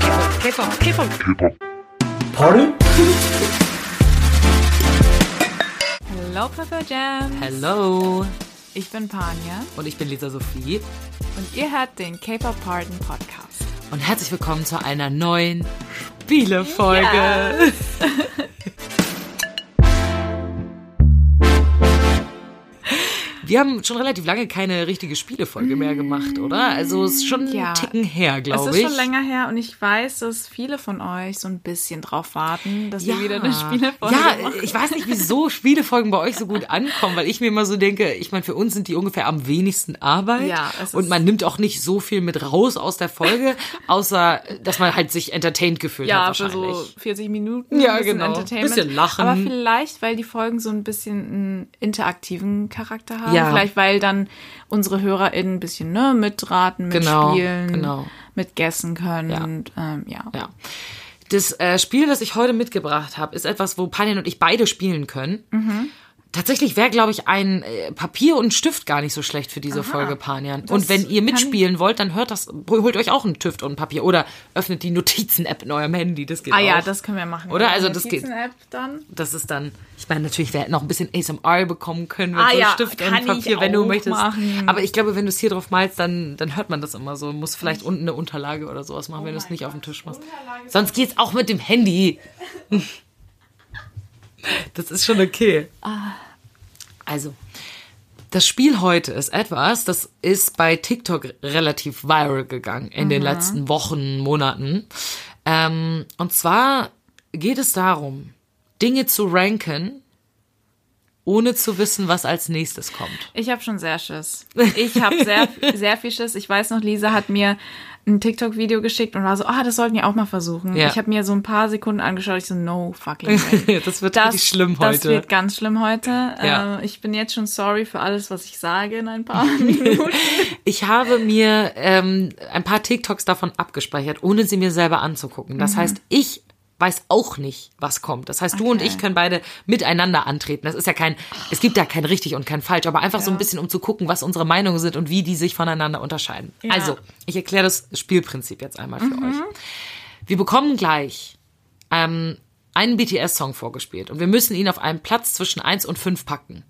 K-Pop. K-Pop. K-Pop. Party? Hello Purple Jam. Hello. Ich bin Panja Und ich bin Lisa Sophie. und ihr hört den K-Pop Pardon Podcast. Und herzlich willkommen zu einer neuen Spielefolge. Wir haben schon relativ lange keine richtige Spielefolge mehr gemacht, oder? Also es ist schon Ja. einen Ticken her, Es glaube ich. ist schon länger her und ich weiß, dass viele von euch so ein bisschen drauf warten, dass wir wieder eine Spielefolge Ja, machen. ich weiß nicht, wieso Spielefolgen bei euch so gut ankommen, weil ich mir immer so denke, ich meine, für uns sind die ungefähr am wenigsten Arbeit Ja, es und ist- man nimmt auch nicht so viel mit raus aus der Folge, außer dass man halt sich entertained gefühlt hat Ja, für wahrscheinlich. so 40 Minuten. Ja, ein bisschen genau. Entertainment. Bisschen lachen. Aber vielleicht, weil die Folgen so ein bisschen einen interaktiven Charakter haben. Ja. Vielleicht, weil dann unsere HörerInnen ein bisschen ne, mitraten, Genau, mitspielen, genau. mitgessen können. Und, ähm, ja. Ja. Das äh, Spiel, das ich heute mitgebracht habe, ist etwas, wo Panin und ich beide spielen können. Mhm. Tatsächlich wäre, glaube ich, ein äh, Papier und Stift gar nicht so schlecht für diese Folge, Panian. Und wenn ihr mitspielen wollt, dann hört das, holt euch auch einen Stift und ein Papier oder öffnet die Notizen-App in eurem Handy. Das geht Ah auch. ja, das können wir machen. Oder? Also Eine das geht. Notizen-App dann. Das ist dann, ich meine, natürlich, wir hätten noch ein bisschen ASMR bekommen können mit Ah so einem ja, Stift kann und Papier, ich wenn du auch möchtest. machen. Aber ich glaube, wenn du es hier drauf malst, dann, dann hört man das immer so. Muss vielleicht unten eine Unterlage oder sowas machen, wenn du es nicht auf dem Tisch machst. Sonst geht's auch mit dem Handy. das ist schon okay. Also, das Spiel heute ist etwas, das ist bei TikTok relativ viral gegangen in den letzten Wochen, Monaten. Ähm, und zwar geht es darum, Dinge zu ranken, ohne zu wissen, was als nächstes kommt. Ich habe schon sehr Schiss. Ich habe sehr, sehr viel Schiss. Ich weiß noch, Lisa hat mir ein TikTok-Video geschickt und war so, ah, das sollten wir auch mal versuchen. Ja. Ich habe mir so ein paar Sekunden angeschaut. Ich so, no fucking way. Das wird richtig schlimm Das heute. wird ganz schlimm heute. Ja. Äh, ich bin jetzt schon sorry für alles, was ich sage in ein paar Minuten. Ich habe mir ähm, ein paar TikToks davon abgespeichert, ohne sie mir selber anzugucken. Das heißt, ich weiß auch nicht, was kommt. Das heißt, du und ich können beide miteinander antreten. Das ist ja kein, es gibt da kein richtig und kein falsch, aber einfach so ein bisschen, um zu gucken, was unsere Meinungen sind und wie die sich voneinander unterscheiden. Also, ich erkläre das Spielprinzip jetzt einmal für euch. Wir bekommen gleich ähm, einen BTS-Song vorgespielt und wir müssen ihn auf einem Platz zwischen 1 und 5 packen.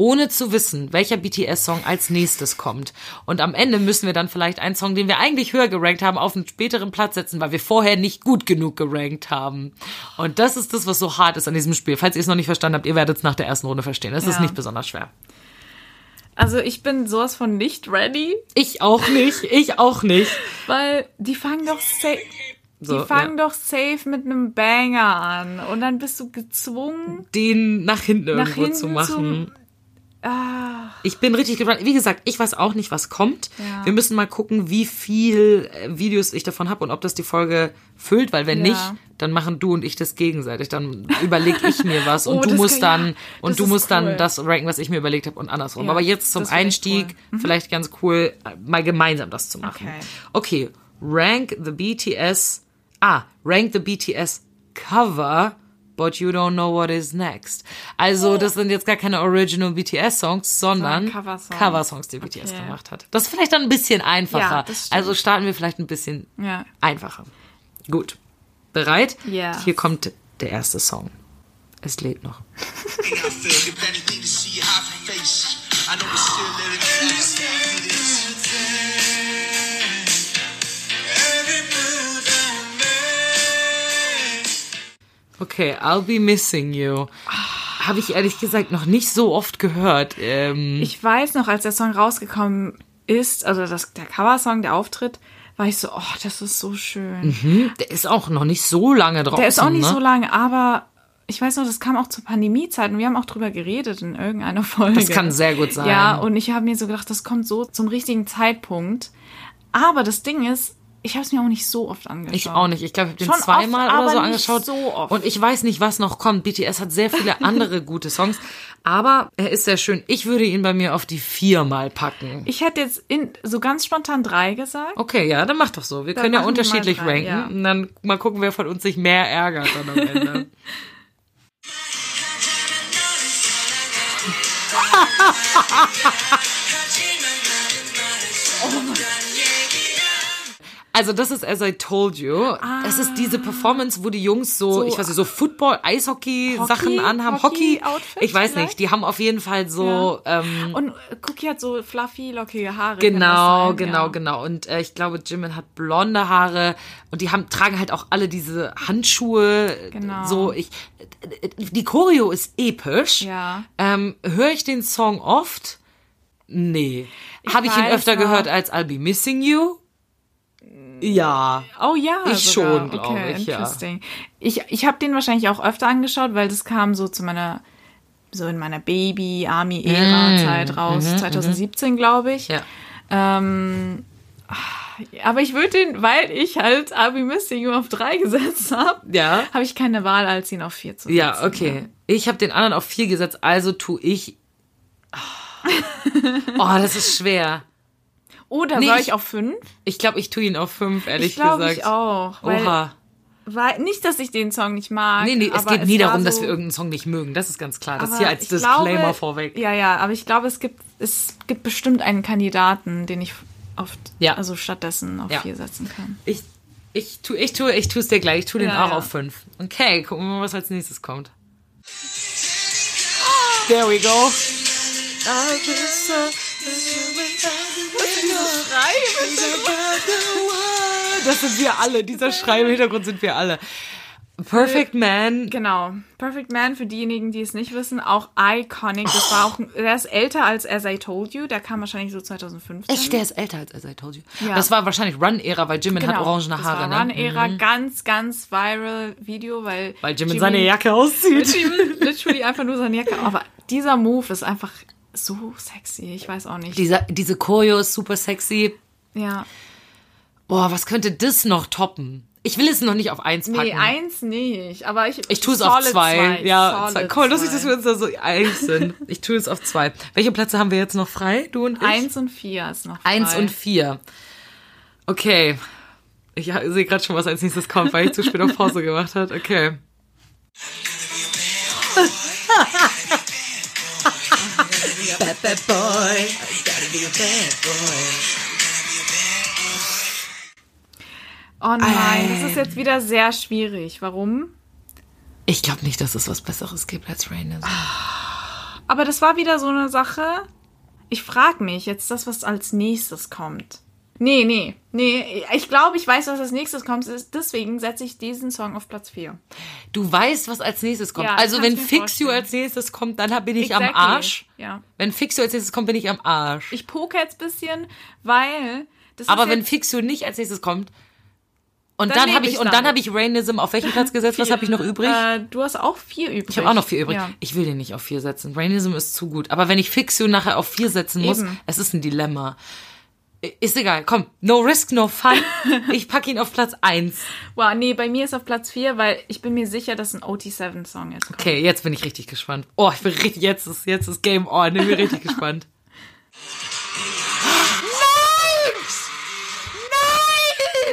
Ohne zu wissen, welcher BTS-Song als nächstes kommt. Und am Ende müssen wir dann vielleicht einen Song, den wir eigentlich höher gerankt haben, auf einen späteren Platz setzen, weil wir vorher nicht gut genug gerankt haben. Und das ist das, was so hart ist an diesem Spiel. Falls ihr es noch nicht verstanden habt, ihr werdet es nach der ersten Runde verstehen. Es ist Ja. nicht besonders schwer. Also ich bin sowas von nicht ready, Ich auch nicht. Ich auch nicht. weil die fangen doch safe. So, die fangen doch safe mit einem Banger an und dann bist du gezwungen. Den nach hinten Nach irgendwo zu hinten machen. Ich bin richtig gespannt. Wie gesagt, ich weiß auch nicht, was kommt. Ja. Wir müssen mal gucken, wie viel äh, Videos ich davon habe und ob das die Folge füllt, weil wenn Ja. nicht, dann machen du und ich das gegenseitig. Dann überlege ich mir was und Oh, du das musst kann- dann ja, das und du ist musst cool. dann das ranken, was ich mir überlegt habe und andersrum. Ja, Aber jetzt zum das find ich Einstieg Mhm. vielleicht ganz cool, äh, mal gemeinsam das zu machen. Okay, rank the BTS. Ah, rank the BTS Cover, but you don't know what is next. Also, Oh. das sind jetzt gar keine Original BTS-Songs, sondern Sondern Coversongs. Coversongs, die BTS Okay. gemacht hat. Das ist vielleicht dann ein bisschen einfacher. Ja, das stimmt. also starten wir vielleicht ein bisschen Ja. einfacher. Gut. Bereit? Ja. Hier kommt der erste Song. Es lädt noch. I feel if anything to see a happy face. I know it's still living after this. Okay, I'll be missing you. Habe ich ehrlich gesagt noch nicht so oft gehört. Ähm, Ich weiß noch, als der Song rausgekommen ist, also das, der Coversong, der Auftritt, war ich so, oh, das ist so schön. der ist auch noch nicht so lange drauf. Der ist auch nicht ne? so lang, aber ich weiß noch, das kam auch zur Pandemiezeit und wir haben auch drüber geredet in irgendeiner Folge. Das kann sehr gut sein. Ja, und ich habe mir so gedacht, das kommt so zum richtigen Zeitpunkt. Aber das Ding ist, ich habe es mir auch nicht so oft angeschaut. Ich auch nicht. Ich glaube, ich habe den Schon oft, zweimal oder aber so nicht angeschaut. so oft. Und ich weiß nicht, was noch kommt. BTS hat sehr viele andere gute Songs. Aber er ist sehr schön. Ich würde ihn bei mir auf die viermal packen. Ich hätte jetzt in, so ganz spontan drei gesagt. Okay, ja, dann mach doch so. Wir Dann können ja machen wir mal unterschiedlich drei, ranken. ja. Und dann mal gucken, wer von uns sich mehr ärgert dann am Ende. Also das ist As I Told You. Es ist diese Performance, wo die Jungs so, Ah. So- ich weiß nicht, so Football, Eishockey-Sachen Hockey- anhaben. Hockey, Hockey-Outfit ich weiß vielleicht? nicht. Die haben auf jeden Fall so... Ähm, Und äh, Cookie hat so fluffy, lockige Haare. kann Genau, das sein? genau, Ja. genau. Und äh, ich glaube, Jimin hat blonde Haare und die haben, tragen halt auch alle diese Handschuhe. Genau. So, ich, äh, die Choreo ist episch. Ja. Ähm, Höre ich den Song oft? Nee. Habe ich ihn weiß öfter noch. gehört als I'll Be Missing You? Ja. Oh ja, Ich sogar. schon, glaub okay, ich, ja. Interesting. Ich, ich habe den wahrscheinlich auch öfter angeschaut, weil das kam so zu meiner, so in meiner Baby-Army-Ära-Zeit raus, 2017, glaube ich. Mm, mhm, Ja. Ähm, aber ich würde den, weil ich halt Abi Missing You auf 3 gesetzt habe, Ja. habe ich keine Wahl, als ihn auf 4 zu setzen. Ja, okay. Ich habe den anderen auf vier gesetzt, also tu ich. Oh, das ist schwer. Oder Nee, soll ich- ich auf 5? Ich glaube, ich tu ihn auf fünf, ehrlich Ich glaube, gesagt. ich auch. Weil, Oha. weil, nicht, dass ich den Song nicht mag. Nee, nee, es aber geht nie war darum, so, dass wir irgendeinen Song nicht mögen. Das ist ganz klar. Das aber hier als ich Disclaimer glaube, vorweg. Ja, ja, aber ich glaube, es gibt, es gibt bestimmt einen Kandidaten, den ich oft, Ja. also stattdessen auf Ja. 4 setzen kann. Ich, ich tue ich tue, ich tue es dir gleich. Ich tue den Ja, auch ja. auf 5. Okay, gucken wir mal, was als nächstes kommt. There we go. Das sind wir alle. Dieser Schrei im Hintergrund sind wir alle. Perfect Man. Genau. Perfect Man, für diejenigen, die es nicht wissen, auch iconic. Das war auch, ein- der ist älter als As I Told You. Der kam wahrscheinlich so 2015. Echt, der ist älter als As I Told You. Ja. Das war wahrscheinlich Run-Ära, weil Jimin hat orangene Genau. das Haare. war ne? Run-Ära, ganz, ganz viral Video, weil. Weil Jimin seine Jacke auszieht. Jimin literally einfach nur seine Jacke. Aber dieser Move ist einfach so sexy. Ich weiß auch nicht. Dieser, diese Choreo ist super sexy. Ja. Boah, was könnte das noch toppen? Ich will es noch nicht auf eins packen. Nee, eins nicht. Aber ich. ich tue es auf solid zwei. Ja, solid zwei. Cool, lustig, zwei. dass wir uns da so einig sind. Ich tue es auf zwei. Welche Plätze haben wir jetzt noch frei? Du und ich? Eins und vier ist noch. Eins frei. und vier. Okay. Ich ha- sehe gerade schon, was als nächstes kommt, weil ich zu spät auf Pause gemacht hat. Okay. Oh nein, das ist jetzt wieder sehr schwierig. Warum? Ich glaube nicht, dass es was Besseres gibt als Rain. Ah. Aber das war wieder so eine Sache. Ich frage mich jetzt das, was als nächstes kommt. Nee, nee, nee. Ich glaube, ich weiß, was als nächstes kommt. Ist- Deswegen setze ich diesen Song auf Platz 4. Du weißt, was als nächstes kommt. Ja, das also kann ich wenn mir Fix You vorstellen. als nächstes kommt, dann hab- bin ich am Arsch. Ja. Wenn Fix You als nächstes kommt, bin ich am Arsch. Ich poke jetzt ein bisschen, weil das Aber ist wenn jetzt, Fixio nicht als nächstes kommt Dann und dann, lebe habe ich, ich und dann damit. habe ich Rainism auf welchen Platz gesetzt? Was habe ich noch übrig? Äh, du hast auch vier übrig. ich habe auch noch vier übrig. Ja. Ich will den nicht auf vier setzen. Rainism ist zu gut. Aber wenn ich Fixio nachher auf vier setzen muss, Eben. es ist ein Dilemma. Ist egal. Komm, no risk, no fun. ich packe ihn auf Platz eins. Wow, nee, bei mir ist auf Platz 4, weil ich bin mir sicher, dass ein OT7-Song ist. Okay, jetzt bin ich richtig gespannt. Oh, ich bin richtig, jetzt ist, jetzt ist Game On. Ich bin richtig gespannt. Nein!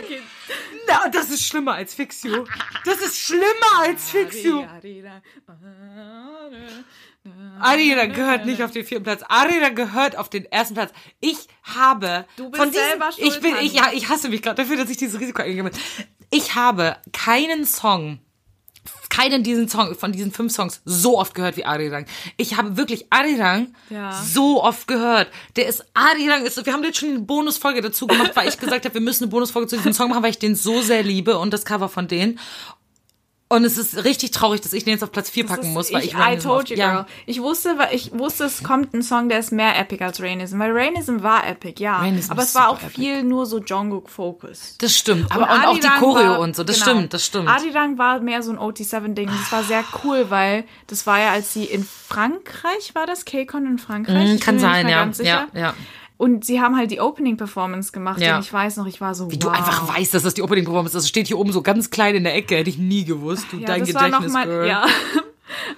Nein! Na, das ist schlimmer als Fix You. Das ist schlimmer als Fix You. Arina gehört nicht auf den vierten Platz. Arina gehört auf den ersten Platz. Ich habe Du bist selber schuld, ich bin ich ja, ich hasse mich gerade dafür, dass ich dieses Risiko eingegangen bin. Ich habe keinen Song keinen diesen Song von diesen fünf Songs so oft gehört wie Arirang. Ich habe wirklich Arirang Ja. so oft gehört. Der ist Arirang ist wir haben jetzt schon eine Bonusfolge dazu gemacht, weil ich gesagt habe, wir müssen eine Bonusfolge zu diesem Song machen, weil ich den so sehr liebe und das Cover von denen. Und es ist richtig traurig, dass ich den jetzt auf Platz 4 Das packen ist- muss, weil ich, I Rainism told auf- you, ja. girl. Ich wusste, weil ich wusste, es kommt ein Song, der ist mehr epic als Rainism, weil Rainism war epic, ja. Rainism aber ist es war auch super epic. viel nur so Jungkook-Focus. Das stimmt, aber und auch die Arirang Choreo war- und so. Das genau. stimmt, das stimmt. Arirang war mehr so ein OT7-Ding. Das war sehr cool, weil das war ja, als sie in Frankreich war das, KCON in Frankreich. Mhm, Ich kann bin mir nicht sein, mehr ja, ganz sicher. ja, ja. Und sie haben halt die Opening-Performance gemacht Ja. und ich weiß noch, ich war so, Wie wow. du einfach weißt, dass das die Opening Performance ist. Das steht hier oben so ganz klein in der Ecke. Hätte ich nie gewusst. Du, ja, dein das war Gedächtnis, noch mal, Girl. Mhm. ja.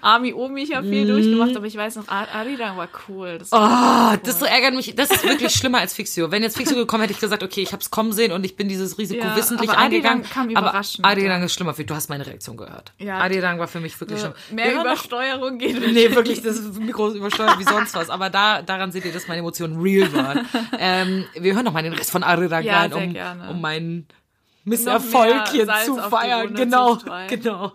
Ami, Omi, ich habe viel durchgemacht, aber ich weiß noch, Ar- Arirang war cool. Das war Oh, das so ärgert mich. Das ist wirklich schlimmer als Fixio. Wenn jetzt Fixio gekommen hätte ich gesagt, okay, ich hab's kommen sehen und ich bin dieses Risiko Ja, wissentlich aber Adidang eingegangen. kam aber überraschend, Adidang ist schlimmer. für- Du hast meine Reaktion gehört. Ja. Adidang war für mich wirklich so, schlimm. mehr Wir hören noch- Übersteuerung geht Nee, wirklich, das Mikro ist übersteuert wie sonst was. Aber da, daran seht ihr, dass meine Emotionen real waren. Ähm, wir hören noch mal den Rest von Arirang Ja, rein, sehr um, gerne. um meinen mehr Misserfolg hier Salz zu auf die feiern. Wunde zu Genau, streuen. genau.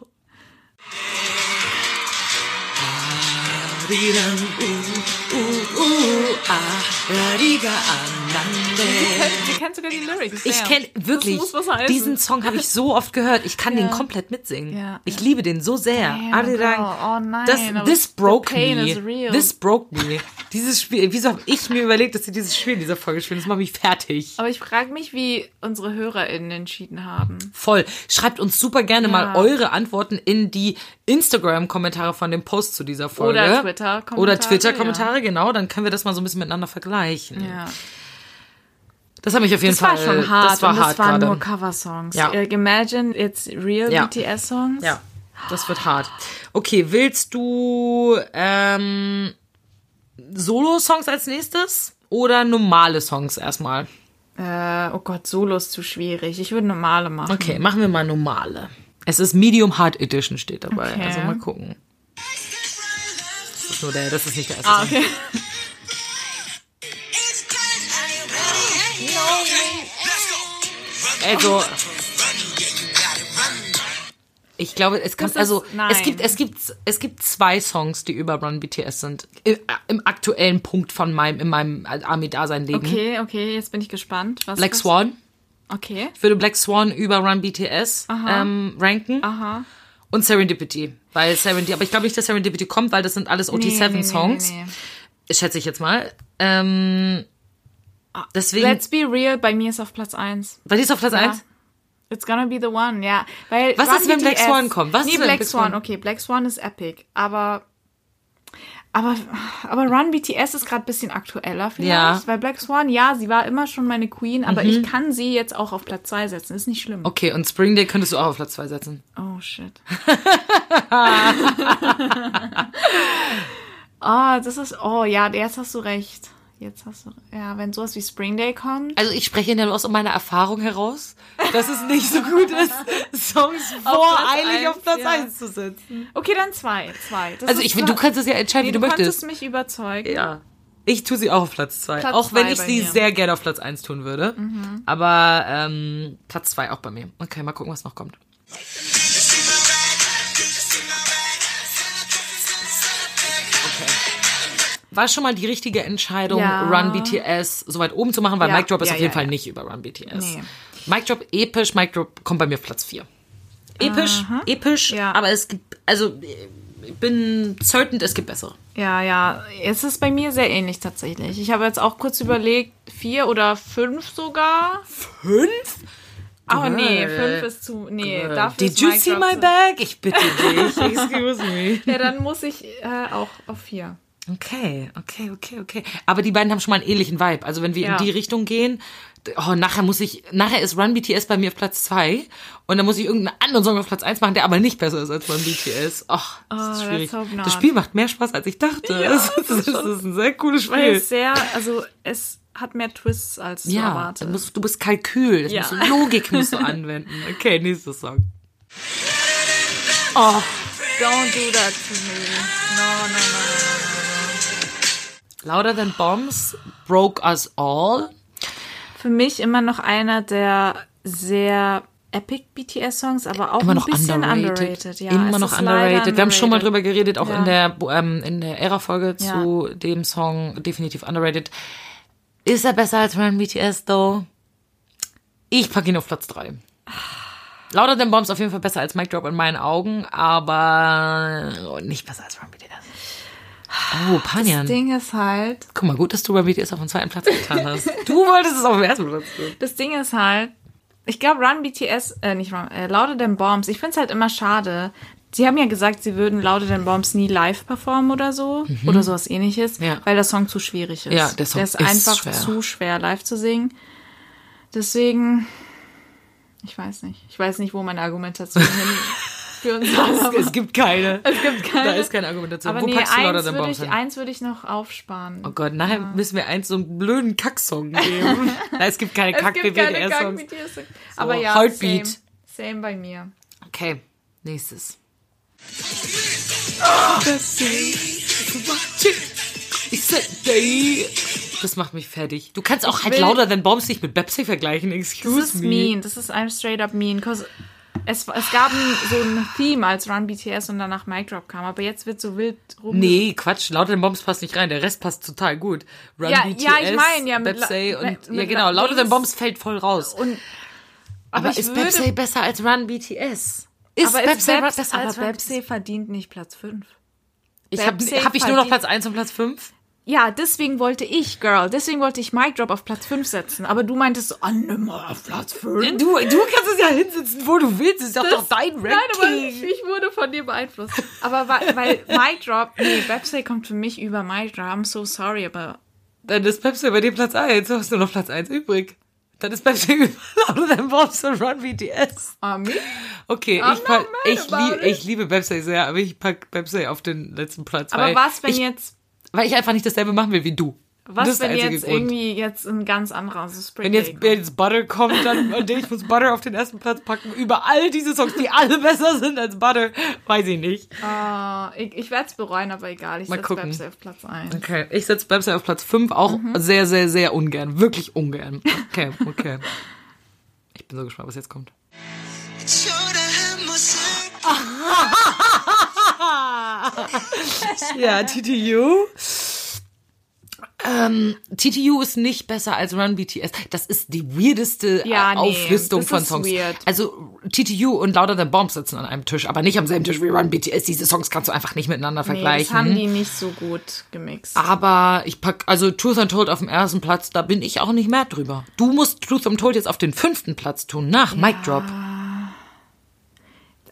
Sie kennt sogar die Lyrics. Ich sehr. kenne wirklich muss was heißen. diesen Song habe ich so oft gehört. Ich kann den komplett mitsingen. Ja. Ich liebe den so sehr. Damn, Arirang, girl. Oh nein, das, aber this the broke pain me. is real. This broke me. Dieses Spiel. Wieso habe ich mir überlegt, dass sie dieses Spiel in dieser Folge spielen? Das macht mich fertig. Aber ich frage mich, wie unsere HörerInnen entschieden haben. Voll. Schreibt uns super gerne mal eure Antworten in die Instagram-Kommentare von dem Post zu dieser Folge. Oder Twitter-Kommentare, Oder Twitter-Kommentare, genau. Dann können wir das mal so ein bisschen miteinander vergleichen. Ja. Das hat mich auf jeden Das Fall. war schon hart. Das war und hart das waren gerade. nur Coversongs. Ja. Äh, Imagine, it's real Ja. BTS-Songs. Ja, das wird hart. Okay, willst du ähm, Solo-Songs als nächstes oder normale Songs erstmal? Äh, oh Gott, Solo ist zu schwierig. Ich würde normale machen. Okay, machen wir mal normale. Es ist Medium Hard Edition steht dabei, Okay. also mal gucken. Das ist, nur der, das ist nicht der erste Ah, Song. okay. Also ich glaube, es Das gibt ist- also nein. es gibt es gibt es gibt zwei Songs, die über Run BTS sind im, im aktuellen Punkt von meinem in meinem Army Dasein leben. Okay, okay, jetzt bin ich gespannt. Was Mhm. Black was- Swan Okay. Ich würde Black Swan über Run BTS ähm, ranken. Und Serendipity. Weil Serendipity, aber ich glaube nicht, dass Serendipity kommt, weil das sind alles OT7-Songs. nee, nee, Schätze ich jetzt mal. Ähm, deswegen, Ah, Let's be real, bei mir ist auf Platz 1. weil die ist auf Platz Ja. 1. It's gonna be the one, ja. Weil Was Run ist, wenn Black BTS Swan kommt? Was nee, ist, wenn Black, Black Swan, Swan- okay, Black Swan ist epic, aber aber aber Run BTS ist gerade ein bisschen aktueller vielleicht, Ja. Mhm. weil Black Swan, ja, sie war immer schon meine Queen, aber ich kann sie jetzt auch auf Platz 2 setzen, ist nicht schlimm. Okay, und Spring Day könntest du auch auf Platz 2 setzen. Oh shit. Ah, das ist oh ja, jetzt hast du recht. Jetzt hast du ja, wenn sowas wie Spring Day kommt. Also ich spreche nur aus meiner Erfahrung heraus, dass es nicht so gut ist, Songs voreilig eins, auf Platz ja. 1 zu setzen. Okay, dann zwei, zwei. Das Also ist ich finde, du kannst es ja entscheiden, nee, wie du, möchtest. konntest mich überzeugen. Ja. Ich tue sie auch auf Platz zwei, Mhm. Platz auch wenn zwei ich bei sie mir. sehr gerne auf Platz eins tun würde. Aber ähm, Platz zwei auch bei mir. Okay, mal gucken, was noch kommt. War schon mal die richtige Entscheidung, Ja. Run BTS so weit oben zu machen, weil Ja, Mic Drop ist ja, auf jeden ja, Fall ja. nicht über Run BTS. Nee. Mic Drop episch, Mic Drop kommt bei mir auf Platz vier. Episch, episch, Ja. aber es gibt, also ich bin certain, es gibt bessere. Ja, ja. Es ist bei mir sehr ähnlich tatsächlich. Ich habe jetzt auch kurz überlegt, vier oder fünf sogar. Fünf? Aber nee, Girl. fünf ist zu. Nee, Äh, dafür Did ist you Mic see Drop my zu- bag? Ich bitte dich. Excuse me. Ja, dann muss ich äh, auch auf vier. Okay, okay, okay, okay. Aber die beiden haben schon mal einen ähnlichen Vibe. Also wenn wir Ja. in die Richtung gehen, d- oh, nachher muss ich, nachher ist Run BTS bei mir auf Platz zwei und dann muss ich irgendeinen anderen Song auf Platz eins machen, der aber nicht besser ist als Run BTS. Oh, das let's ist schwierig. hope not. Das Spiel macht mehr Spaß, als ich dachte. das, ist, das ist ein sehr cooles Weil Spiel. es sehr, also es hat mehr Twists als du Ja, du, erwartet. musst, du bist Kalkül. Das Ja. musst du, Logik musst du anwenden. Okay, nächster Song. Oh, Don't do that to me. No, no, no, Louder Than Bombs, Broke Us All. no. Für mich immer noch einer der sehr epic BTS-Songs, aber auch Immer ein noch bisschen underrated. underrated. Ja, Immer es noch ist underrated. leider Wir haben schon mal underrated. drüber geredet, auch Ja. in der ähm, in der Ära-Folge zu dem Song definitiv underrated. Ist er besser als Run BTS though? Ich packe ihn auf Platz 3. Louder Than Bombs auf jeden Fall besser als Mic Drop in meinen Augen, aber nicht besser als Run BTS. Oh, Panian. Das Ding ist halt, Guck mal, gut, dass du Run BTS auf den zweiten Platz getan hast. Du wolltest es auf den ersten Platz tun. das Ding ist halt, ich glaube Run BTS, äh, nicht Run, äh, Louder Than Bombs, ich find's halt immer schade. Sie haben ja gesagt, sie würden Louder Than Bombs nie live performen oder so, oder sowas ähnliches, Mhm. Ja. weil der Song zu schwierig ist. Ja, der Song ist ist einfach schwer. zu schwer live zu singen. Deswegen, ich weiß nicht, ich weiß nicht, wo meine Argumentation hin für uns alle. Es gibt keine. Es gibt keine. Da ist keine Argumentation. Äh, Aber Wo nee, packst du Lauder eins den würde Bombs ich, hin? eins würde ich noch aufsparen. Oh Gott, nachher müssen wir eins so einen blöden Kacksong geben. Nein, es gibt keine es gibt keine Kack-BBDR-Songs. Kack-BTS. Aber ja, Heartbeat. Same, same bei mir. Okay, nächstes. Das macht mich fertig. Du kannst auch halt will- Lauder Than Bombs nicht mit Pepsi vergleichen, Das excuse ist me. mean. Das ist ein straight up mean. 'cause Es, es gab ein, so ein Theme als Run BTS und danach Mic Drop kam, aber jetzt wird so wild rum. Nee, Quatsch, Lauder Than Bombs passt nicht rein, der Rest passt total gut. Run Ja, BTS, ja, ich mein, ja, mit Pepsi La- und, mit- ja mit genau, La- Lauder das Than ist- Bombs fällt voll raus. Und, aber ich ist würde- Pepsi besser als Run BTS? Ist aber ist Pepsi Bebs, besser aber als Run Bebsy verdient nicht Platz 5. Ich habe Pepsi hab ich nur noch verdient- Platz 1 und Platz 5? Ja, deswegen wollte ich, Girl, deswegen wollte ich Mic Drop auf Platz 5 setzen, aber du meintest so, ah, nimm mal auf Platz 5. Du, du kannst es ja hinsitzen, wo du willst. Das ist doch, doch dein Ranking. Nein, aber ich, ich wurde von dir beeinflusst. Aber weil, weil Mic Drop, nee, Bebsy kommt für mich über Mic Drop. I'm so sorry, aber Dann ist Pepsi bei dir Platz 1. Du hast nur noch Platz 1 übrig. Dann ist Pepsi überall oder dann Bobs und Run BTS. ah, me? Okay, I'm ich, not pack, mad ich, about lieb, ich liebe Pepsi sehr, aber ich pack Pepsi auf den letzten Platz. Aber weil was, wenn ich, jetzt, Weil ich einfach nicht dasselbe machen will wie du. was, das ist der wenn einzige jetzt Grund. irgendwie jetzt ein ganz anderer, so Spring Wenn Day jetzt, kommt? wenn jetzt Butter kommt, dann und ich muss Butter auf den ersten Platz packen. Über all diese Songs, die alle besser sind als Butter, weiß ich nicht. Ah, ich, ich werde es bereuen, aber egal, ich Mal setze gucken. Website auf Platz 1. Okay, ich setze Bamsey auf Platz 5 auch Mhm. sehr, sehr, sehr ungern. Wirklich ungern. Okay, okay. Ich bin so gespannt, was jetzt kommt. Ja, TTU. Ähm, TTU ist nicht besser als Run BTS. Das ist die weirdeste äh, Ja, nee, Auflistung das von ist Songs. weird. Also TTU und Louder Than Bombs sitzen an einem Tisch, aber nicht am selben Tisch wie Run BTS. Diese Songs kannst du einfach nicht miteinander Hm. Nee, das vergleichen. Ah. haben die nicht so gut gemixt. Aber ich pack, also Truth and Told auf dem ersten Platz, da bin ich auch nicht mehr drüber. Du musst Truth and Told jetzt auf den fünften Platz tun, nach Mic Drop.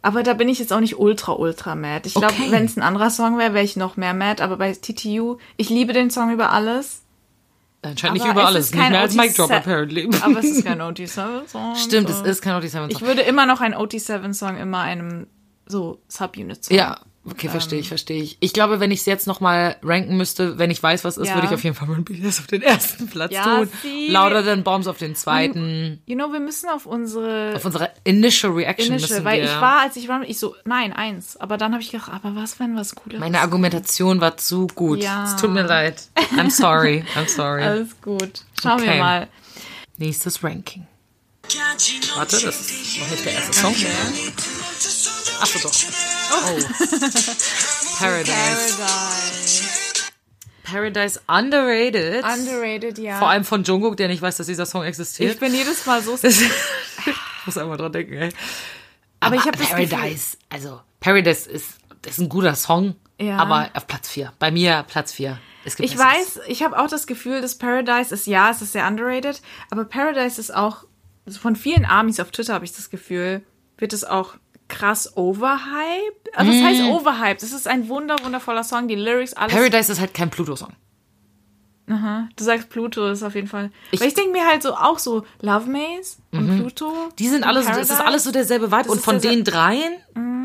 Aber da bin ich jetzt auch nicht ultra, ultra mad. Ich glaube, Okay. wenn es ein anderer Song wäre, wäre ich noch mehr mad. Aber bei TTU, ich liebe den Song über alles. Anscheinend nicht aber über es alles, ist nicht kein mehr als OT Mic Drop Se- apparently. Aber es ist kein OT7-Song. Stimmt, es ist kein OT7 Song. Ich würde immer noch einen OT7-Song immer einem so Subunit song Ja, okay, verstehe Ähm. ich, verstehe ich. Ich glaube, wenn ich es jetzt nochmal ranken müsste, wenn ich weiß, was ist, Ja. würde ich auf jeden Fall Run BTS auf den ersten Platz Ja, Hm. tun. sie- Louder Than Bombs auf den zweiten. You know, wir müssen auf unsere Auf unsere Initial Reaction Initial, müssen weil wir. ich war, als ich war, ich so, nein, eins. Aber dann habe ich gedacht, aber was, wenn was Cooles meine Argumentation war zu gut. Ja. Also- Es tut mir leid. I'm sorry. I'm sorry. Alles gut. Schauen Okay. wir mal. Nächstes Ranking. Warte, das ist noch nicht der erste Song. Achso, doch. Oh. Paradise. Paradise. Paradise underrated. Underrated, ja. Vor allem von Jungkook, der nicht weiß, dass dieser Song existiert. ich bin jedes Mal so. Ich muss einmal dran denken, ey. Ah, Aber ich habe das Gefühl- Paradise, also Paradise ist, das ist ein guter Song, Ja. aber auf Platz 4. Bei mir Platz 4. Es gibt Ich Besseres. weiß, ich habe auch das Gefühl, dass Paradise ist, ja, es ist sehr underrated, aber Paradise ist auch, von vielen Armies auf Twitter habe ich das Gefühl, wird es auch krass overhyped. Also, was heißt overhyped? Es ist ein wunder, wundervoller Song, die Lyrics, alles. Mm. Paradise ist halt kein Pluto-Song. du sagst Pluto ist auf jeden Fall. Weil ich denke mir halt so, auch so Love Maze und Pluto. Mhm. Die sind und alle, so- es Paradise. ist alles so derselbe Vibe. Und ist von derselbe- Mhm. den dreien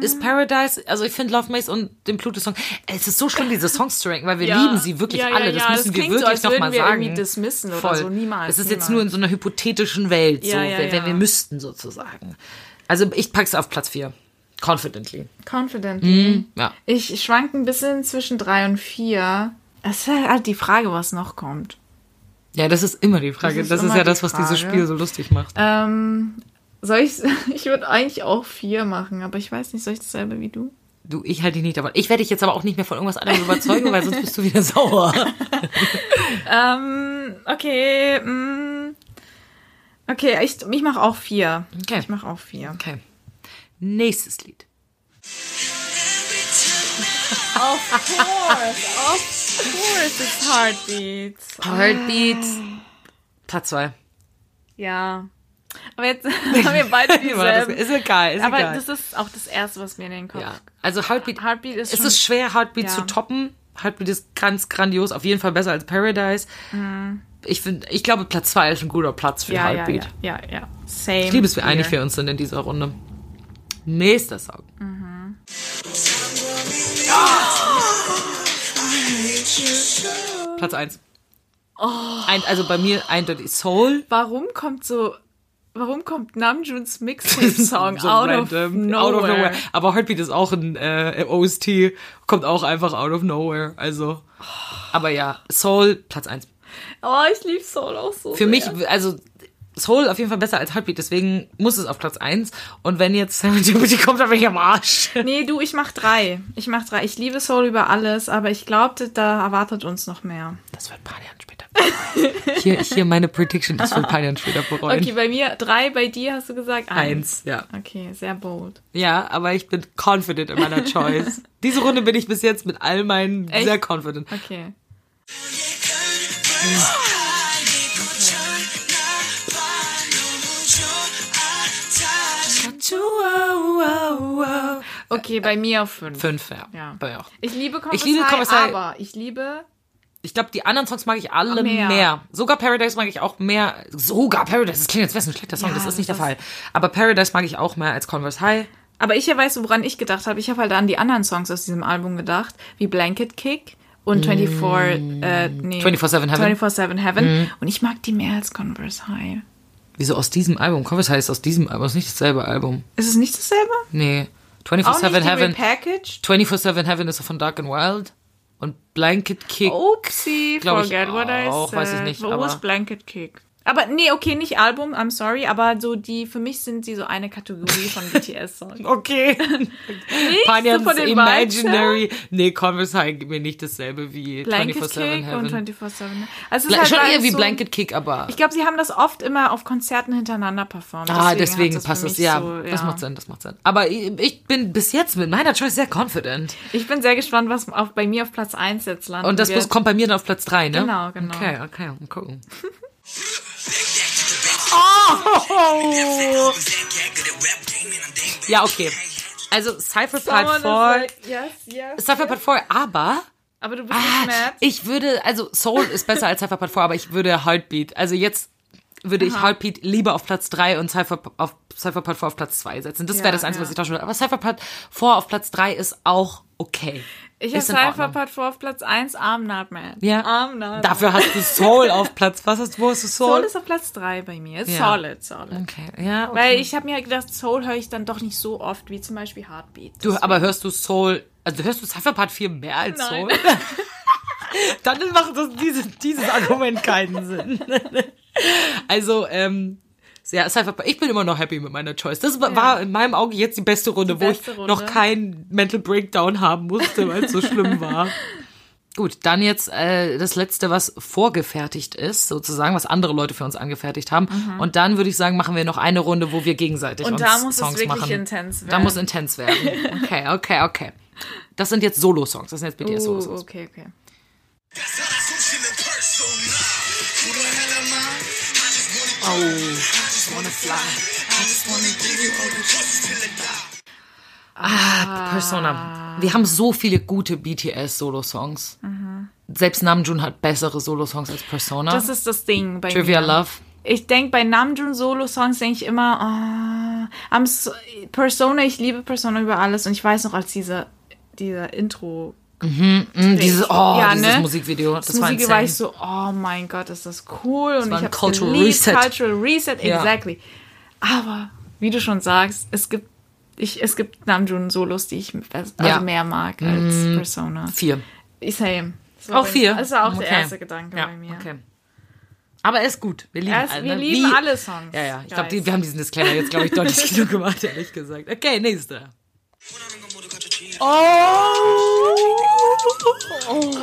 ist Paradise, also ich finde Love Maze und den Pluto-Song, es ist so schlimm, diese Songs zu ranken, weil wir Ja, lieben sie wirklich ja, ja, alle. Das ja, müssen das wir klingt so, wirklich als noch würden mal wir sagen. irgendwie dismissen oder Voll. so. Niemals, Es ist niemals. jetzt nur in so einer hypothetischen Welt, so, Ja, ja, wenn, wenn ja. wir müssten sozusagen. Also ich pack's auf Platz 4. Confidently. Confident. Mhm. Ja. Ich schwank ein bisschen zwischen drei und vier. Es ist halt die Frage, was noch kommt. Ja, das ist immer die Frage. Das Das ist, ist immer ja die das, was dieses Frage. Spiel so lustig macht. Ähm, soll ich, ich würde eigentlich auch vier machen, aber ich weiß nicht, soll ich dasselbe wie du? Du, ich halte dich nicht davon. Ich werde dich jetzt aber auch nicht mehr von irgendwas anderem überzeugen, weil sonst bist du wieder sauer. Ähm, okay, mm, okay, ich, ich mache auch vier. Okay. Ich mache auch vier. Okay. Nächstes Lied. Of course, of course, it's Heartbeats. Heartbeat. Part 2. Ja. Aber jetzt haben wir beide dieselben. Ist egal, ist aber egal. das ist auch das Erste, was mir in den Kopf ja. Also Heartbeat, Heartbeat ist es schon- ist schwer, Heartbeat ja. zu toppen. Heartbeat ist ganz grandios, auf jeden Fall besser als Paradise. Ich, find, ich glaube, Platz 2 ist ein guter Platz für Mhm. ja, ja, Heartbeat. ja, ja, ja. Same. Ich liebe es, wie here. einig wir uns sind in dieser Runde. Nächster Song. Platz 1. Oh. Ein, also bei mir eindeutig Soul. Warum kommt so. Warum kommt Namjoons Mixtape-Song so out, of random, out of nowhere. Aber Heartbeat ist auch ein äh, OST, kommt auch einfach out of nowhere. Also, aber ja, Soul Platz 1. Oh, ich liebe Soul auch so. Für sehr. mich, also Soul auf jeden Fall besser als Heartbeat, deswegen muss es auf Platz 1. Und wenn jetzt Sammy Jupiter kommt, dann bin ich am Arsch. Nee, du, ich mach drei. Ich mach drei. Ich liebe Soul über alles, aber ich glaube, da erwartet uns noch mehr. Das wird Panian später bereuen. hier, hier meine Prediction, das wird Panian später bereuen. Okay, bei mir drei, bei dir hast du gesagt eins. Eins, ja. Okay, sehr bold. Ja, aber ich bin confident in meiner Choice. Diese Runde bin ich bis jetzt mit all meinen Echt? sehr confident. Okay. Okay, bei mir auf fünf. Fünf, ja. Ja. Bei mir auch. Ich liebe Kommissar, Ich liebe Kommissar- aber ich liebe Ich glaube, die anderen Songs mag ich alle Mehr. mehr. Sogar Paradise mag ich auch mehr. Sogar Paradise, das klingt jetzt wäre ein schlechter Song, Ja, das ist nicht der das- Fall. Aber Paradise mag ich auch mehr als Converse High. Aber ich ja weiß, woran ich gedacht habe. Ich habe halt an die anderen Songs aus diesem Album gedacht, wie Blanket Kick und 24, äh, nee, 24/7 Mm. Heaven. Mm. 24/7 Heaven. Und ich mag die mehr als Converse High. Wieso aus diesem Album? Converse High ist aus diesem Album, ist nicht dasselbe Album. Ist es nicht dasselbe? Nee. Auch 24-7 nicht die Heaven. repackaged? 24-7 Heaven ist von Dark and Wild. Und Blanket Kick. Oh. Oopsie, Glaub ich forget what I auch, said. weiß ich nicht, Wo aber- ist Blanket Kick? Aber nee, okay, nicht Album, I'm sorry, aber so die, für mich sind sie so eine Kategorie von BTS-Songs. Okay. so Panians von den Vibes Imaginary. Nee, Converse High gibt mir nicht dasselbe wie Blanket Kick 24-7 und Heaven. 24-7. Also es ist Bla halt schon eher alles wie so- Blanket Kick, aber. Ich glaube, sie haben das oft immer auf Konzerten hintereinander performt. Ah, hat deswegen, das für passt es. mich Ja, so, das macht Sinn, das macht Sinn. Aber ich, ich bin bis jetzt mit meiner Choice sehr confident. Ich bin sehr gespannt, was auf, bei mir auf Platz 1 jetzt landet. Und das wird. muss, kommt bei mir dann auf Platz 3, ne? Genau, genau. Okay, okay, mal gucken. Ja, okay. Also, Cypher Oh, Part 4. Yes, yes. Cypher Part 4, aber. Aber du bist nicht mad. Ah, Ich würde, also Soul ist besser als Cypher Part 4, aber ich würde Heartbeat, also jetzt würde ich Heartbeat lieber auf Platz 3 und Cypher auf Cypher Part 4 auf Platz 2 setzen. Das Ja, wäre das Einzige, ja. was ich tauschen würde. Aber Cypher Part 4 auf Platz 3 ist auch okay. Ich habe Ist in Cypher Ordnung. Part 4 auf Platz 1, I'm not mad. Ja. I'm not Dafür hast du Soul auf Platz. Was hast du? Wo hast du Soul Soul? ist auf Platz 3 bei mir. Ist Ja. Solid, solid. okay, ja. Okay. Weil ich habe mir halt gedacht, Soul höre ich dann doch nicht so oft wie zum Beispiel Heartbeat. du, aber hörst du Soul, also hörst du Cypher Part 4 mehr als Nein. Soul? Dann macht das, diese, dieses Argument keinen Sinn. also, ähm, ja, Cypher Part, ich bin immer noch happy mit meiner Choice. Das war- war in meinem Auge jetzt die beste Runde, wo ich beste Runde. noch keinen Mental Breakdown haben musste, weil es so schlimm war. Gut, dann jetzt äh, das letzte, was vorgefertigt ist, sozusagen, was andere Leute für uns angefertigt haben. Und dann würde ich sagen, machen wir noch eine Runde, wo wir gegenseitig Mhm. Und uns da muss es Songs wirklich machen. intens Da werden. muss intens werden. Okay, okay, okay. Das sind jetzt Solo-Songs. Das sind jetzt BTS-Solo-Songs. uh, okay, okay. Ah, Persona. Wir haben so viele gute BTS-Solo-Songs. Selbst Namjoon hat bessere Solo-Songs als Persona. Das ist das Ding bei Trivia mir. Love. Ich denke bei Namjoon Solo Songs denke ich immer, oh, I'm so, Persona, ich liebe Persona über alles und ich weiß noch als diese dieser Intro Mm, dieses, oh, Ja, dieses ne? Musikvideo. Das, das war Musik war ich insane. so, oh mein Gott, ist das cool und war ich ein habe Cultural geliebt, Reset. Cultural Reset, Ja. exactly. Aber wie du schon sagst, es gibt ich, es gibt Namjoon Solos, die ich also Ja. Mhm. mehr mag als Persona. Vier. Ich same. Das war Auch bei- vier. Das war auch der Okay. erste Gedanke ja, bei mir. Okay. Aber er ist gut. Wir lieben, Er ist- alle, wir ne? lieben Wie- alle Songs. Ja, ja. Ich glaube, Guys. wir haben diesen Disclaimer jetzt, glaube ich, deutlich genug gemacht, ehrlich gesagt. Okay, nächster. Oh,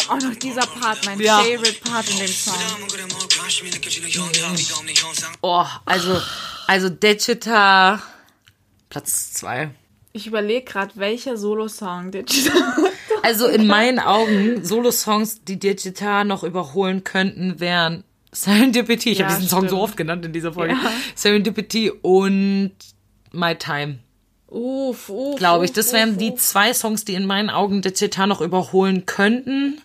auch noch dieser Part, mein Ja. favorite Part in dem Song. Oh, also, also Digital. Platz zwei. Ich überlege gerade, welcher Solo-Song Digital. Also in meinen Augen, Solo-Songs, die Digitar noch überholen könnten, wären Serendipity. Ich Ja, habe diesen Song so stimmt. oft genannt in dieser Folge. Ja. Serendipity und My Time, Uff, uff. glaube ich. uff, Das wären uff, die uff. zwei Songs, die in meinen Augen Digitar noch überholen könnten.